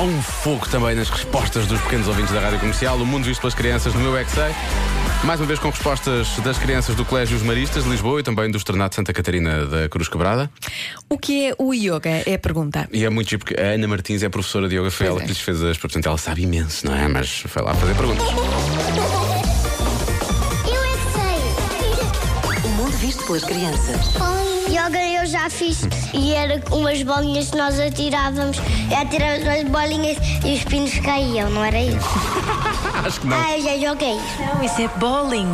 um fogo também nas respostas dos pequenos ouvintes da Rádio Comercial, o mundo visto pelas crianças no meu Excel. Mais uma vez com respostas das crianças do Colégio Os Maristas de Lisboa e também do Externato Santa Catarina da Cruz Quebrada. O que é o yoga? É a pergunta. E é muito tipo porque a Ana Martins é professora de yoga, foi Pois ela é. que lhes fez as perguntas. Ela sabe imenso, não é? Mas foi lá fazer perguntas. Eu é que O mundo visto pelas crianças. sei. Yoga eu já fiz e era umas bolinhas que nós atirávamos. Atirávamos as bolinhas e os pinos caíam, não era isso? Acho que não. Ah, eu já joguei. Não, isso é bowling.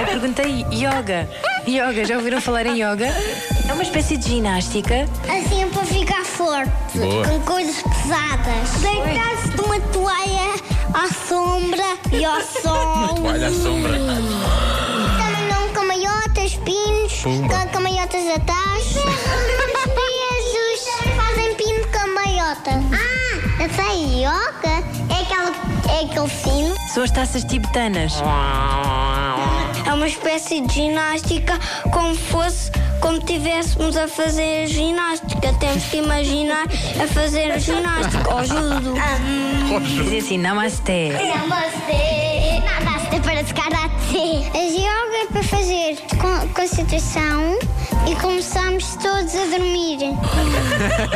Eu perguntei yoga. Yoga, já ouviram falar em yoga? É uma espécie de ginástica. Assim é para ficar forte, Boa. com coisas pesadas. Deitar-se de uma toalha à sombra e ao sol. Olha a sombra. Também não camaiotas, pinos, Pumba. ca- camaiotas atrás. Os presos fazem pino de camaiota. Ah, eu sei, ioca. É aquele, é aquele sino. São as taças tibetanas. É uma espécie de ginástica como fosse como tivéssemos a fazer ginástica. Temos que imaginar a fazer ginástica ou judo. Dizem assim, namaste. Namaste. Namaste para karate. A yoga é para fazer con- concentração e começamos todos a dormir.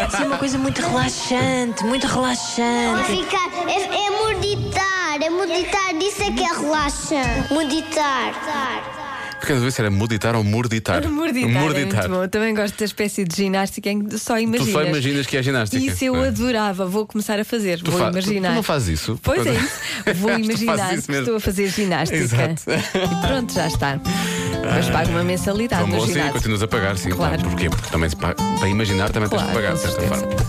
Isso é uma coisa muito relaxante, muito É relaxante. Ficar, é, é meditar, é meditar, isso é que é relaxar. Meditar. Porque às vezes era muditar ou morditar. Morditar, é muito bom. Eu também gosto da espécie de ginástica em que só imaginas. Tu só imaginas que é ginástica. Isso eu É. adorava. Vou começar a fazer. Tu Vou fa- tu- imaginar. tu não fazes isso? Pois é Quando- isso. Tu Vou fazes imaginar isso que mesmo. estou a fazer ginástica. Exato. E pronto, já está. Mas pago uma mensalidade Então, no bom, sim, ginásio. continuas a pagar, sim. Claro. Porquê? Porque também se paga- para imaginar também tens Claro, que pagar, com de certa certeza. forma.